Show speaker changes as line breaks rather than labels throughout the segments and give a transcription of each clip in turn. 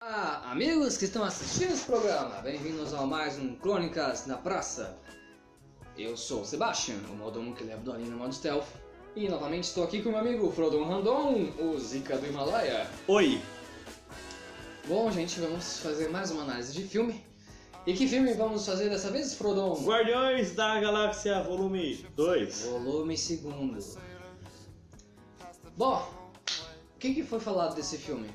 Olá, amigos que estão assistindo esse programa, bem-vindos a mais um Crônicas na Praça. Eu sou o Sebastian, o modomo que leva Dorinha no modo stealth, e novamente estou aqui com meu amigo Frodon Randon, o Zika do Himalaia.
Oi!
Bom, gente, vamos fazer mais uma análise de filme. E que filme vamos fazer dessa vez, Frodon?
Guardiões da Galáxia Volume 2.
Volume segundo. Bom, o que, que foi falado desse filme?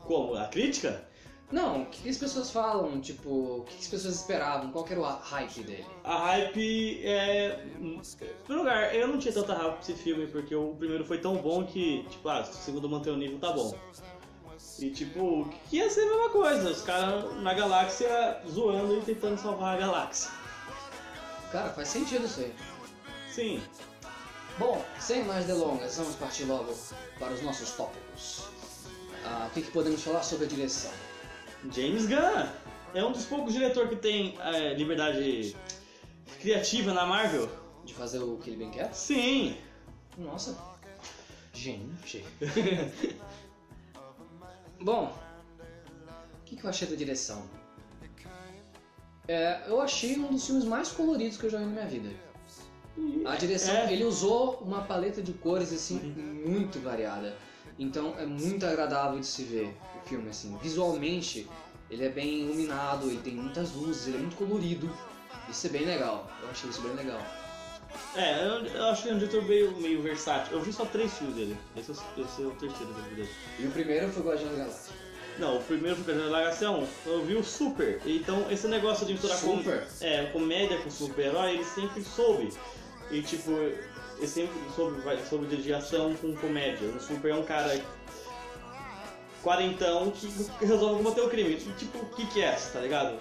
Como? A crítica?
Não, o que, que as pessoas falam? Tipo, o que, que as pessoas esperavam? Qual que era o hype dele?
A hype é. em primeiro lugar, eu não tinha tanta hype pra esse filme, porque o primeiro foi tão bom que, tipo, ah, se o segundo manter o nível tá bom. E tipo, que ia ser a mesma coisa, os caras na galáxia zoando e tentando salvar a galáxia.
Cara, faz sentido isso aí.
Sim.
Bom, sem mais delongas, vamos partir logo para os nossos tópicos. Ah, o que, que podemos falar sobre a direção?
James Gunn é um dos poucos diretores que tem é, liberdade criativa na Marvel.
De fazer o que ele bem quer?
Sim.
Nossa. Gente. Bom, o que, que eu achei da direção? É, eu achei um dos filmes mais coloridos que eu já vi na minha vida. A direção,
É. Uhum.
ele usou uma paleta de cores assim muito variada. Então é muito agradável de se ver o filme assim. Visualmente, ele é bem iluminado e tem muitas luzes, ele é muito colorido. Isso é bem legal. Eu achei isso bem legal.
É, eu, eu acho que é um diretor meio, meio versátil. Eu vi só três filmes dele. Esse é, o- esse é o terceiro filme dele.
E o primeiro foi Guardiões da Galáxia.
Não, o primeiro foi Guardiões da Galáxia 1. Eu vi o Super. Então, esse negócio de misturar com...
Super?
É, comédia com super-herói, ele sempre soube. E, tipo, ele sempre soube, vai- soube dirigir ação com comédia. O Super é um cara quarentão que resolve combater o crime. E, tipo, o que que é essa, tá ligado?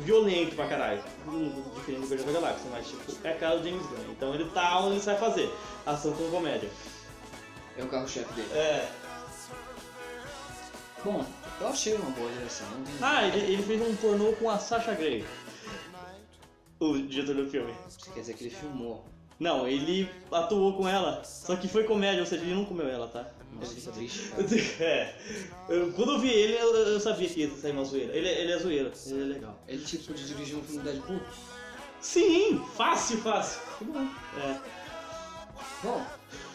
Violento pra caralho. Hum, Diferente do Guardiões da Galáxia, mas, tipo, é a cara do James Gunn. Então, ele tá onde ele sabe fazer. Ação com comédia.
É o carro-chefe dele.
É...
Bom, eu achei uma boa direção. não tem-
Ah, ele, ele fez um pornô com a Sasha Grey. O diretor do filme.
Isso quer dizer que ele filmou.
Não, ele atuou com ela, só que foi comédia, ou seja, ele não comeu ela, tá?
Nossa, que triste, cara.
É. Eu- quando eu vi ele, eu, eu sabia que ia sair uma zoeira. Ele, ele é zoeiro, ele é legal.
Ele tipo de dirigir um filme do Deadpool?
Sim, fácil, fácil.
Que bom.
É.
Bom,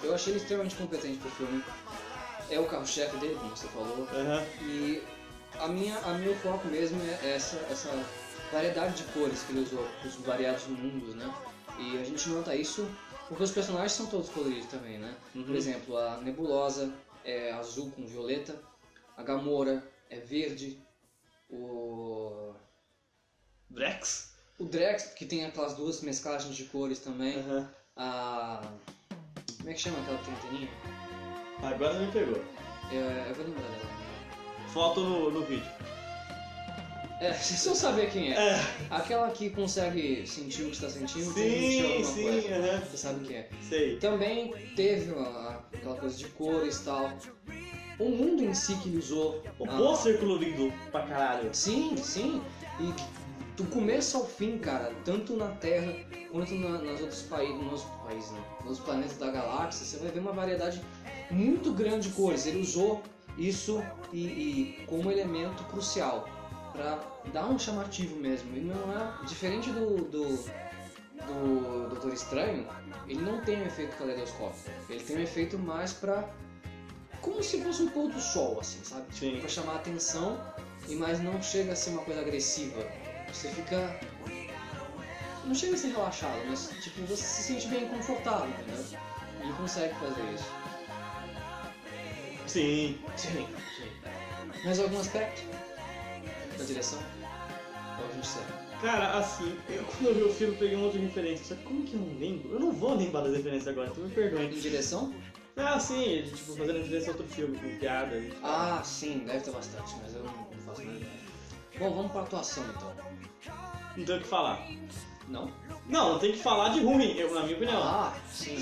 eu achei ele extremamente competente pro filme. É o carro-chefe dele, como você falou.
aham.
E a minha, a meu foco mesmo é essa, essa variedade de cores que ele usou, os variados mundos, né? E a gente nota isso porque os personagens são todos coloridos também, né? Por
Uhum.
exemplo, a Nebulosa é azul com violeta, a Gamora é verde, o
Drex?
o Drex, que tem aquelas duas mesclagens de cores também,
Aham.
a como é que chama aquela trintaninha?
Agora me pegou.
É, eu vou lembrar dela.
Foto no, no vídeo.
É, vocês vão saber quem é.
É.
Aquela que consegue sentir o um que está sentindo, transmite
Sim,
alguma
sim,
coisa.
aham.
Você sabe quem é.
Sei.
Também teve uma- aquela coisa de cores e tal. O mundo em si que ele usou.
O
ah,
pôster colorido pra caralho.
Sim, sim. E do começo ao fim, cara, tanto na Terra quanto na, nas outros países, nos outros países, né? nos planetas da galáxia, você vai ver uma variedade muito grande de cores. Ele usou isso e, e como elemento crucial para dar um chamativo mesmo. E não é diferente do do, do Doutor Estranho, ele não tem um efeito caleidoscópico. Ele tem um efeito mais pra como se fosse um pôr do sol, assim, sabe?
Sim.
Pra chamar a atenção, e mas não chega a ser uma coisa agressiva. Você fica. Não chega a ser relaxado, mas tipo, você se sente bem confortável, entendeu? Ele consegue fazer isso.
Sim.
Sim, sim. Mais algum aspecto? Da direção? Ou a gente sabe?
Cara, assim, eu quando eu vi o filme eu peguei um monte de referência, só que como que eu não lembro? Eu não vou lembrar das referências agora, então me
Em
perdoe.
direção?
Ah, sim, ele, tipo, fazendo referência a outro filme, com piada. e-
Ah, sim, deve ter bastante, mas eu não, não faço nada. Bom, vamos pra atuação então.
Não tem o que falar.
Não?
Não, não tem o que falar de ruim, eu, na minha opinião.
Ah, sim.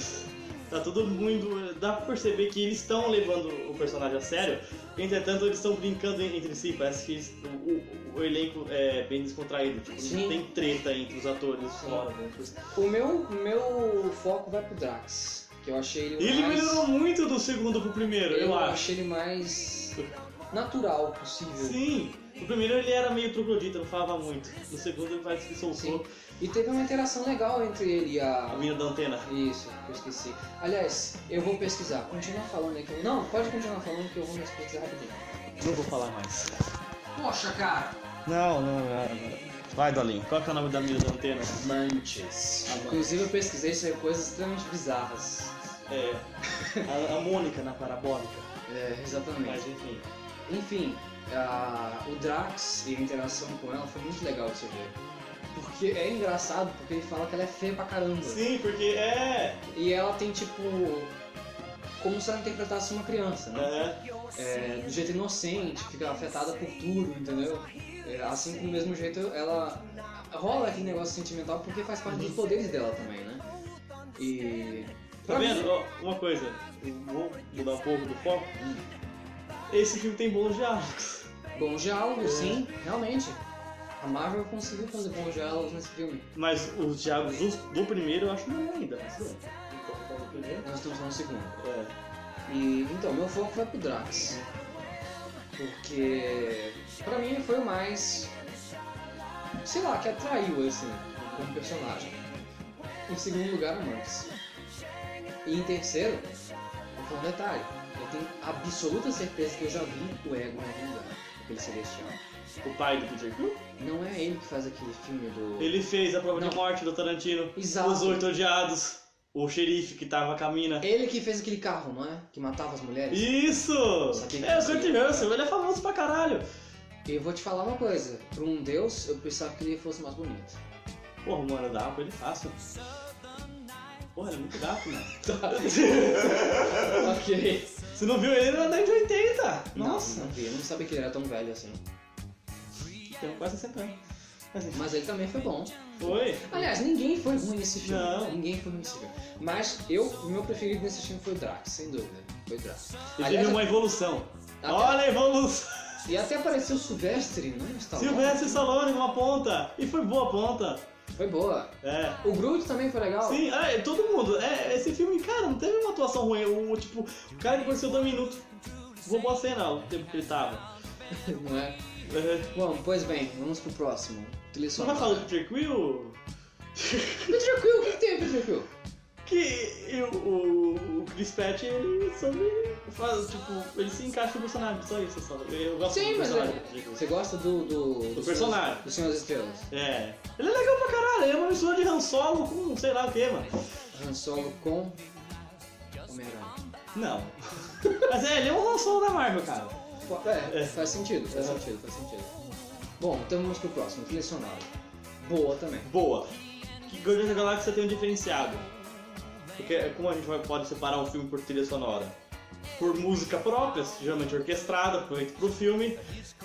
Tá todo mundo. Dá pra perceber que eles estão levando o personagem a sério, entretanto eles estão brincando en- entre si, parece que eles- o, o- o elenco é bem descontraído, tipo,
Sim. né?
não tem treta entre os atores
Sim.
fora, dentro.
O meu, meu foco vai pro Drax, que eu achei ele o
Ele
mais...
melhorou muito do segundo pro primeiro, eu acho.
achei ele mais natural possível.
Sim. O primeiro ele era meio troglodita, não falava muito. No segundo ele parece que
Sim.
soltou
E teve uma interação legal entre ele e
a
a.
mina da antena.
Isso, que eu esqueci. Aliás, eu vou pesquisar. Continua falando aí que eu. Não, pode continuar falando que eu vou me pesquisar rapidinho.
Não vou falar mais.
Poxa, cara!
Não, não, não. Vai, Dolinho. Qual que é o nome da mina da antena?
Manches. Inclusive eu pesquisei sobre coisas extremamente bizarras.
É. A, a Mônica na parabólica.
É,
Mas
exatamente.
enfim.
Enfim, a- o Drax e a interação com ela foi muito legal de você ver. Porque é engraçado, porque ele fala que ela é feia pra caramba.
Sim, porque é.
E ela tem tipo. Como se ela interpretasse uma criança, né?
é.
é, do jeito inocente, fica afetada por tudo, entendeu? É, assim como do mesmo jeito ela rola aquele negócio sentimental porque faz parte dos poderes dela também, né? E.
Tá vendo? Ó, uma coisa. Eu vou mudar um pouco do foco. Esse filme tem bons diálogos.
Bom diálogo, sim, realmente. A Marvel conseguiu fazer bons diálogos nesse filme.
Mas os diálogos dos- do, primeiro eu acho melhor ainda. Mas, é. Então, do primeiro.
Nós estamos no segundo.
É.
E então, meu foco foi pro Drax. Porque pra mim ele foi o mais. Sei lá, que atraiu assim, como personagem. Em segundo lugar, a Mantis. E em terceiro, vou falar um detalhe. Eu tenho absoluta certeza que eu já vi o Ego em algum lugar, aquele celestial.
O pai do Peter Quill?
Não é ele que faz aquele filme do.
Ele fez a prova
Não.
de morte do Tarantino. Os
Exato.
oito odiados. O xerife que tava com a mina.
Ele que fez aquele carro, não é? Que matava as mulheres.
Isso!
Saquei que
É, o
você-
Kurt Russell, ele é famoso pra caralho.
E eu vou te falar uma coisa. Pra um deus, eu pensava que ele fosse mais bonito.
Porra, mano, dá pra ele fácil. Porra, ele é muito gato, mano.
ok.
Você não viu ele na década de 80?
Nossa,
Nossa,
não vi, eu não sabia que ele era tão velho assim.
tem um quase 60 anos. Mas enfim,
Mas ele também foi bom.
foi.
Aliás, ninguém foi ruim nesse filme.
Não.
Ninguém foi ruim nesse filme. Mas eu, o meu preferido nesse filme foi o Drax, sem dúvida. Foi o Drax.
Ele
Aliás, Tá.
teve uma evolução.
até-
Olha a evolução.
E até apareceu o Silvestre, né? Stallone.
Silvestre Stallone, uma ponta. E foi boa a ponta.
Foi boa.
É.
O Groot também foi legal.
Sim, é, todo mundo. É, esse filme, cara, não teve uma atuação ruim. O, tipo, o cara que apareceu dois minutos roubou a cena o tempo que ele tava.
Não é?
Uhum.
Bom, pois bem, vamos pro próximo. Trilha
Você vai
sonora.
falar do Peter Quill?
Peter Quill, o que que tem Peter Quill?
Que eu- o, o Chris Pratt, ele soube. Faz, tipo, ele se encaixa no personagem, só isso. Só. Eu gosto
Sim,
do tipo,
mas
assim. personagem.
é-
do Peter Quill.
você gosta do... Do,
Do personagem.
Do Senhor das Estrelas.
É. Ele é legal pra caralho, ele é uma mistura de Han Solo com sei lá o que, mano.
Han Solo com... Homem-Aranha.
Não. Mas é, ele é um Han Solo da Marvel, cara.
É,
É.
faz sentido, faz
É.
sentido, faz sentido. Bom, então vamos pro próximo, trilha sonora. Boa também.
Boa. Que Guardiões da Galáxia tem um diferenciado. Porque é como a gente vai- pode separar um filme por trilha sonora? Por música própria, geralmente orquestrada, feito pro filme,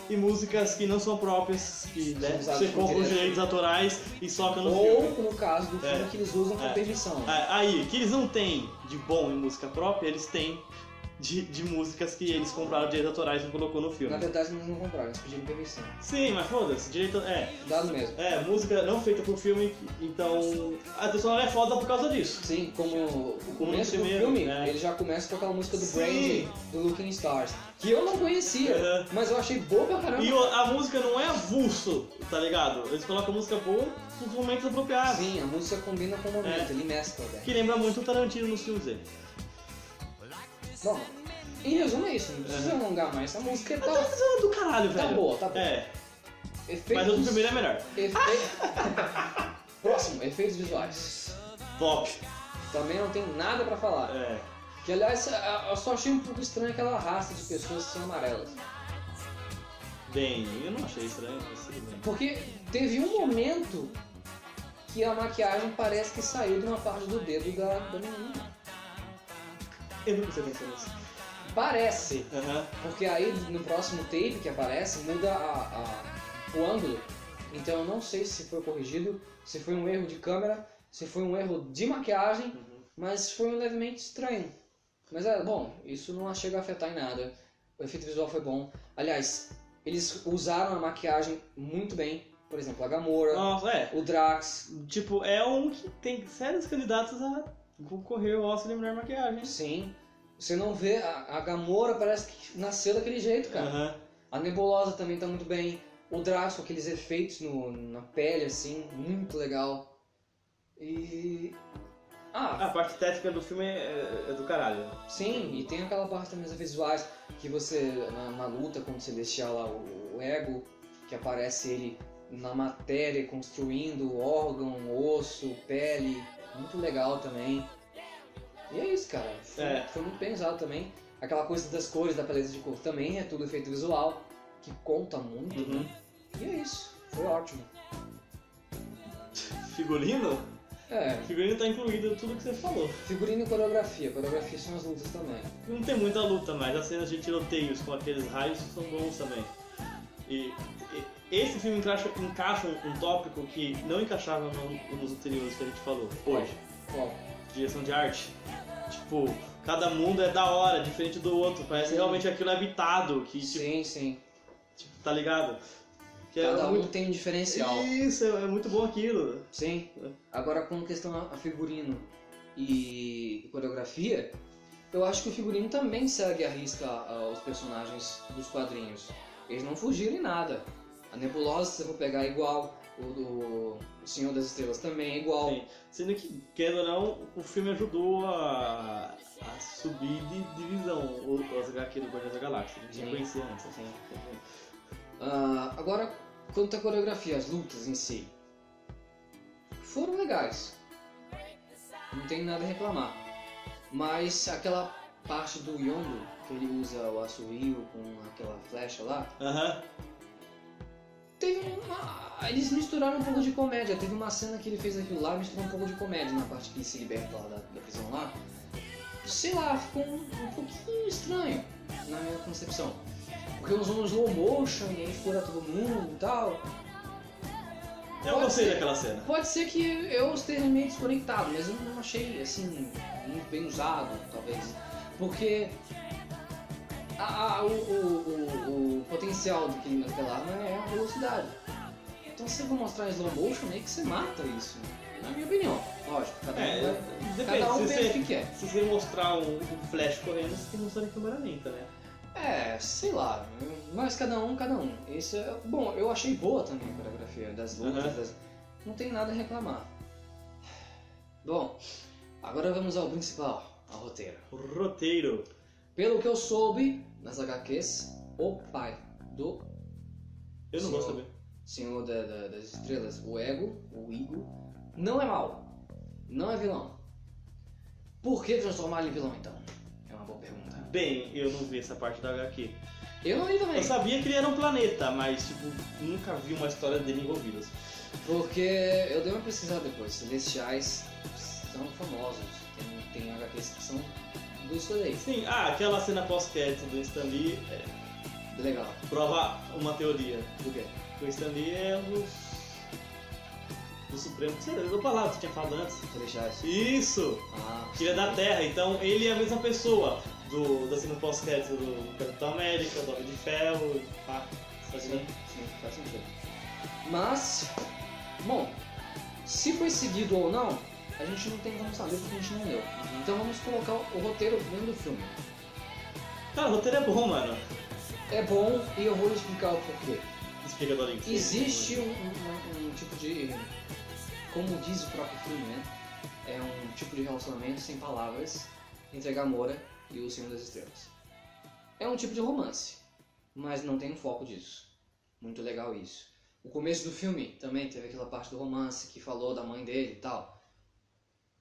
e músicas que não são próprias, que né,
usadas
você
por
compra os
direito.
direitos autorais e soca no
Ou,
filme.
no caso do filme,
É.
que eles usam com
É.
permissão.
Ah, Aí, o que eles não têm de bom em música própria, eles têm de, de músicas que eles compraram direitos autorais e colocou no
Na
filme.
verdade, eles não compraram, eles pediram permissão.
Sim, mas foda-se, direito. É,
Dado mesmo.
é, música não feita pro filme, então a trilha sonora é foda por causa disso.
Sim, como o começo do
primeiro,
filme,
né?
ele já começa com aquela música do
Sim.
Brandy, do Looking Stars, que eu não conhecia,
Aham.
mas eu achei boa pra caramba.
É. E o- a música não é avulso, tá ligado? Eles colocam a música boa nos momentos apropriados.
Sim, a música combina com o momento,
É.
ele mescla, né? velho.
Que lembra muito o Tarantino nos filmes dele.
Bom, em resumo é isso, não precisa alongar mais, a música é
Tá
tal.
funcionando do caralho,
Tá
velho.
boa, tá boa.
É, mas o do
Efeitos...
primeiro é melhor.
Efe- Próximo, efeitos visuais.
Top.
Também não tem nada pra falar.
É.
Que aliás, a- eu só achei um pouco estranho aquela raça de pessoas que são amarelas.
Bem, eu não achei estranho, mas tudo bem.
Porque teve um momento que a maquiagem parece que saiu de uma parte do dedo da, da menina.
Eu nunca pensei nisso.
Parece.
Aham.
Porque aí no próximo tape que aparece muda a- a- o ângulo. Então eu não sei se foi corrigido, se foi um erro de câmera, se foi um erro de maquiagem, mas foi um levemente estranho. Mas é bom, isso não chega a afetar em nada. O efeito visual foi bom. Aliás, eles usaram a maquiagem muito bem. Por exemplo, a Gamora,
Nossa, é.
o Drax.
Tipo, é um que tem sérios candidatos a concorrer ao Oscar de melhor maquiagem.
Sim. Você não vê, a, a Gamora parece que nasceu daquele jeito, cara.
Aham.
A nebulosa também tá muito bem. O Drax com aqueles efeitos no, na pele, assim, muito legal. E.
Ah,
Ah,
A parte técnica do filme é, é do caralho.
sim, e tem aquela parte também dos visuais que você, na, na luta contra o Celestial lá, o, o Ego, que aparece ele na matéria construindo órgão, osso, pele, muito legal também. E é isso, cara. Foi,
É.
foi muito bem usado também. Aquela coisa das cores, da paleta de cor também é tudo efeito visual, que conta muito,
Uhum.
né? E é isso, foi ótimo.
Figurino?
É,
Figurino tá incluído em tudo que você falou.
figurino e coreografia. Coreografia são as lutas também.
Não tem muita luta, mas as cenas de tiroteios com aqueles raios são bons também. E, e- esse filme encaixa, encaixa um, um tópico que não encaixava no- nos anteriores que a gente falou. Hoje,
Qual?
direção de arte. Tipo, cada mundo é da hora, diferente do outro. Parece
Sim.
realmente aquilo é habitado, que tipo,
Sim, sim.
tipo, tá ligado? Que é
Cada um
muito...
tem um diferencial.
Isso, é é muito bom aquilo.
Sim.
É.
Agora, com questão a a figurino e coreografia, eu acho que o figurino também segue a risca ah, os personagens dos quadrinhos. Eles não fugiram em nada. A Nebulosa, se eu vou pegar, é igual. O do o Senhor das Estrelas também é igual.
Sim. Sendo que, querendo ou não, o filme ajudou a, a subir de divisão o, as HQ do Guardiões da Galáxia. A gente
Sim.
não conhecia antes. assim.
Sim. Ah, agora, quanto à coreografia, as lutas em si. Foram legais. Não tem nada a reclamar. Mas aquela parte do Yondo, que ele usa o Asurio com aquela flecha lá,
Aham.
teve uma... Eles misturaram um pouco de comédia. Teve uma cena que ele fez aquilo lá, misturou um pouco de comédia na parte que ele se liberta lá da, da prisão lá. Sei lá, ficou um, um pouquinho estranho na minha concepção. Porque usou um slow motion e aí fura todo mundo e tal.
Eu
Pode
gostei
ser.
daquela cena.
Pode ser que eu esteja meio desconectado, mas eu não achei assim muito bem usado, talvez. Porque a- a- o, o- o- o potencial do que naquela arma é a velocidade. Então se eu vou mostrar em slow motion, meio que você mata isso. Na minha opinião, lógico, cada um,
É,
vai-
depende.
cada um
se,
pensa o
você,
que quer.
se você mostrar um, um flash correndo, você tem que mostrar em câmera lenta, né?
É, sei lá, mas cada um, cada um. Isso é, bom, eu achei boa também a coreografia das lutas,
Aham.
das- não tem nada a reclamar. Bom, agora vamos ao principal, ao roteiro.
O roteiro.
Pelo que eu soube nas HQs, o pai do
Eu não
Sim.
vou saber.
Senhor da- da- das Estrelas, o Ego, o Igo, não é mal, não é vilão. Por que transformar ele em vilão então? É uma boa pergunta.
Bem, eu não vi essa parte da HQ.
Eu não li também.
Eu sabia que ele era um planeta, mas tipo, nunca vi uma história dele envolvida.
Porque eu dei uma pesquisada depois, celestiais são famosos, tem, tem HQs que são dos soleis,
Sim, ah, aquela cena pós-crédito do Stan Lee é,
legal,
prova uma teoria.
do quê?
O Stan Lee é um dos. do Supremo. Sei lá, eu dou palavra, você tinha falado antes.
Celestiais.
Isso!
Ah,
Que ele é da Terra, então ele é a mesma pessoa do, da cena pós-crédito do Capitão América, do Homem de Ferro, pá, sabe,
sim,
né?
sim, faz sentido. Mas, bom, se foi seguido ou não, a gente não tem como saber porque a gente não leu. Então vamos colocar o roteiro dentro do filme.
Cara, o roteiro é bom, mano.
É bom e eu vou explicar o porquê.
Explica do Link.
Existe um, um- um tipo de. Como diz o próprio filme, né? É um tipo de relacionamento sem palavras entre a Gamora e o Senhor das Estrelas. É um tipo de romance, mas não tem um foco disso. Muito legal isso. O começo do filme também teve aquela parte do romance que falou da mãe dele e tal.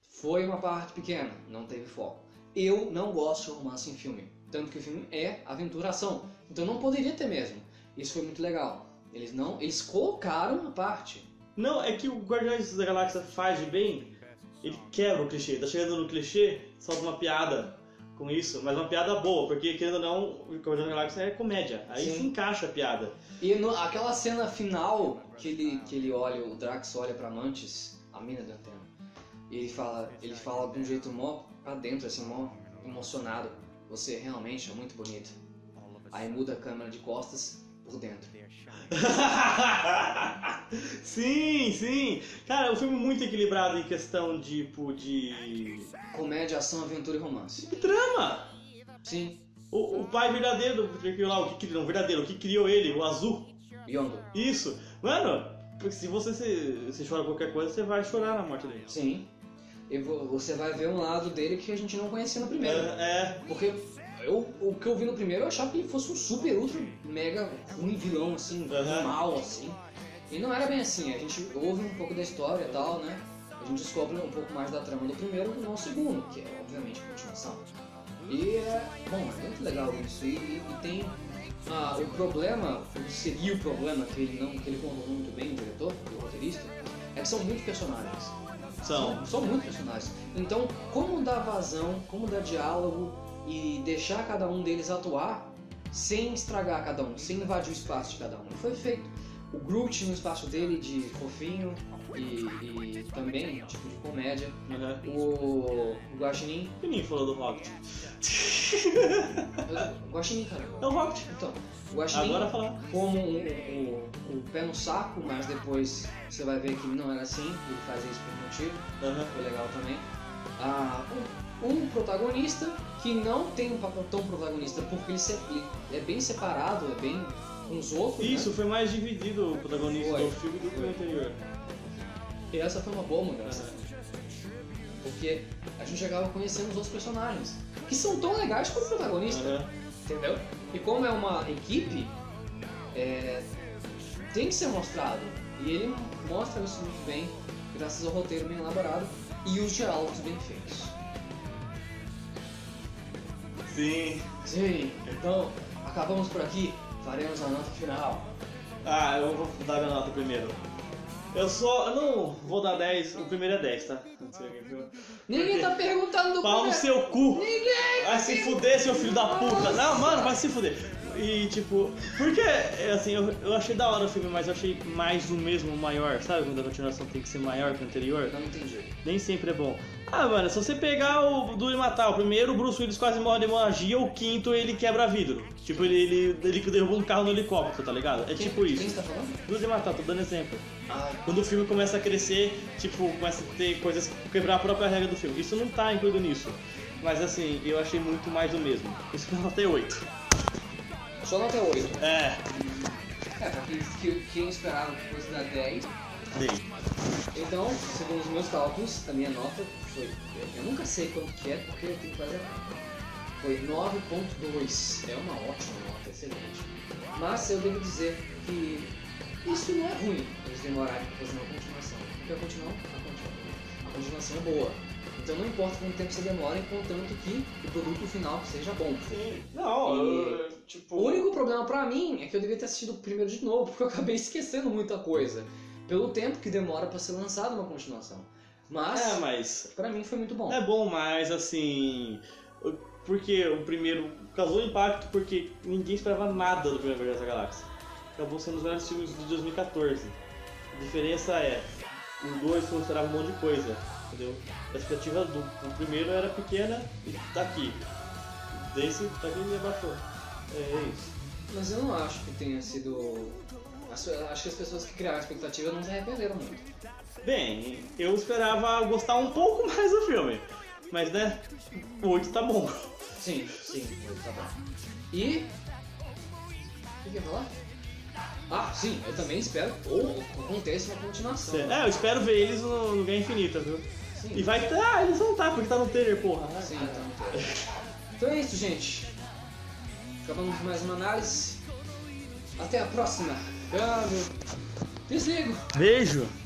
Foi uma parte pequena, não teve foco. Eu não gosto de romance em filme, tanto que o filme é aventuração, então não poderia ter mesmo. Isso foi muito legal. Eles não, eles colocaram a parte.
Não, é que o Guardiões da Galáxia faz de bem, ele quebra o clichê. Tá chegando no clichê, solta uma piada com isso, mas uma piada boa, porque querendo ou não, o Guardiões da Galáxia é comédia. Aí
Sim.
se encaixa a piada.
E no- aquela cena final que ele, que ele olha, o Drax olha pra Mantis, a mina da antena, e ele fala, ele fala de um jeito mó pra dentro, assim, mó emocionado. Você realmente é muito bonito. Aí muda a câmera de costas por dentro.
sim, sim. Cara, é um filme muito equilibrado em questão de, tipo, de...
Comédia, ação, aventura e romance.
Drama!
Sim.
O, o pai verdadeiro do Peter Quill lá, o que criou, não, verdadeiro, o que criou ele, o azul.
Biondo.
Isso. Mano, porque se você se, se chora qualquer coisa, você vai chorar na morte dele.
Sim. E vo- você vai ver um lado dele que a gente não conhecia no
É,
primeiro.
é,
Porque eu, o que eu vi no primeiro eu achava que ele fosse um super, ultra, mega ruim vilão, assim,
Aham.
mal, assim. E não era bem assim, a gente ouve um pouco da história e tal, né? A gente descobre um pouco mais da trama do primeiro e não o segundo, que é obviamente a continuação. E é. Bom, é muito legal isso. E, e- e tem. ah, o problema, o que seria o problema, que ele não que ele contou muito bem, o diretor, o roteirista, é que são muitos personagens.
são.
São muitos personagens. Então, como dar vazão, como dar diálogo e deixar cada um deles atuar sem estragar cada um, sem invadir o espaço de cada um. E foi feito. O Groot no espaço dele de fofinho e, e também tipo de comédia.
Aham.
O Guaxinim.
Que nem falou do Rocket.
eu- Guaxinim, cara.
É o Rocket.
Então, o Guaxinim
Agora falar.
como um, o, o- o um pé no saco, mas depois você vai ver que não era assim, ele fazia isso por um motivo.
Aham.
foi legal também. Ah, um, um protagonista que não tem um papel tão protagonista, porque ele, se- ele é bem separado, é bem com os outros. né?
Isso, foi mais dividido o protagonista
Foi.
do filme do que o anterior.
Né? E essa foi uma boa mudança,
Aham.
porque a gente acaba conhecendo os outros personagens, que são tão legais quanto o protagonista,
Aham.
entendeu? E como é uma equipe, é, tem que ser mostrado. E ele mostra isso muito bem, graças ao roteiro bem elaborado e os diálogos bem feitos.
Sim.
Sim, então acabamos por aqui, faremos a nota final.
Ah, eu vou dar minha nota primeiro. Eu só. Eu não vou dar 10. O primeiro é 10, tá? Não sei o que foi.
Ninguém tá perguntando
Pau
como
no
é-
seu cu!
Ninguém!
Vai se fuder, seu filho da puta! Não, mano, vai se fuder! E tipo, porque assim, eu, eu achei da hora o filme, mas eu achei mais do mesmo maior, sabe? Quando a continuação tem que ser maior que o anterior.
Eu não entendi.
Nem sempre é bom. Ah, mano, se você pegar o Duro e Matar, o primeiro o Bruce Willis quase morre de hemorragia, o quinto ele quebra vidro. Tipo, ele, ele, ele derruba um carro no helicóptero, tá ligado? É
Quem-
tipo
Quem
isso.
você tá falando?
Duro e Matar, tô dando exemplo.
Ah,
Quando o filme começa a crescer, tipo, começa a ter coisas quebrar a própria regra do filme. Isso não tá incluído nisso. Mas assim, eu achei muito mais do mesmo. Isso que eu notei 8.
só nota 8.
É,
É, pra quem, que, quem esperava que fosse dar 10.
dei.
Então, segundo os meus cálculos, a minha nota foi. Eu nunca sei quanto que é, porque eu tenho que fazer. a conta. Foi 9.2. É uma ótima nota, excelente. Mas eu devo dizer que isso não é ruim, eles demorarem pra fazer uma continuação. Porque a continuação, a continuação, a continuação é boa. Então não importa quanto tempo você demora, contanto que o produto final seja bom.
Sim. Não,
eu-
tipo.
O único problema pra mim é que eu devia ter assistido o primeiro de novo, porque eu acabei esquecendo muita coisa. Pelo tempo que demora pra ser lançada uma continuação. Mas,
É, mas.
pra mim foi muito bom.
É bom, mas assim. o- Porque o primeiro causou impacto porque ninguém esperava nada do primeiro Guardiões da Galáxia. Acabou sendo um dos melhores filmes de 2014. A diferença é, os dois consideravam um monte de coisa, entendeu? A expectativa do, do primeiro era pequena e tá aqui. Desse tá aqui e abaixou. É isso.
Mas eu não acho que tenha sido. as- Acho que as pessoas que criaram a expectativa não se arrependeram muito.
Bem, eu esperava gostar um pouco mais do filme. Mas né, o 8 tá bom.
Sim, sim, tá bom. E. O que que eu ia falar? Ah, sim, eu também espero que ou aconteça uma continuação.
É, eu espero ver eles no, no Guerra Infinita, viu?
Sim.
E vai ter. Ah, eles vão tá, porque tá no trailer, porra. Ah,
Sim, então. Então é isso, gente. Acabamos mais uma análise. Até a próxima. Obrigado. Desligo.
Beijo!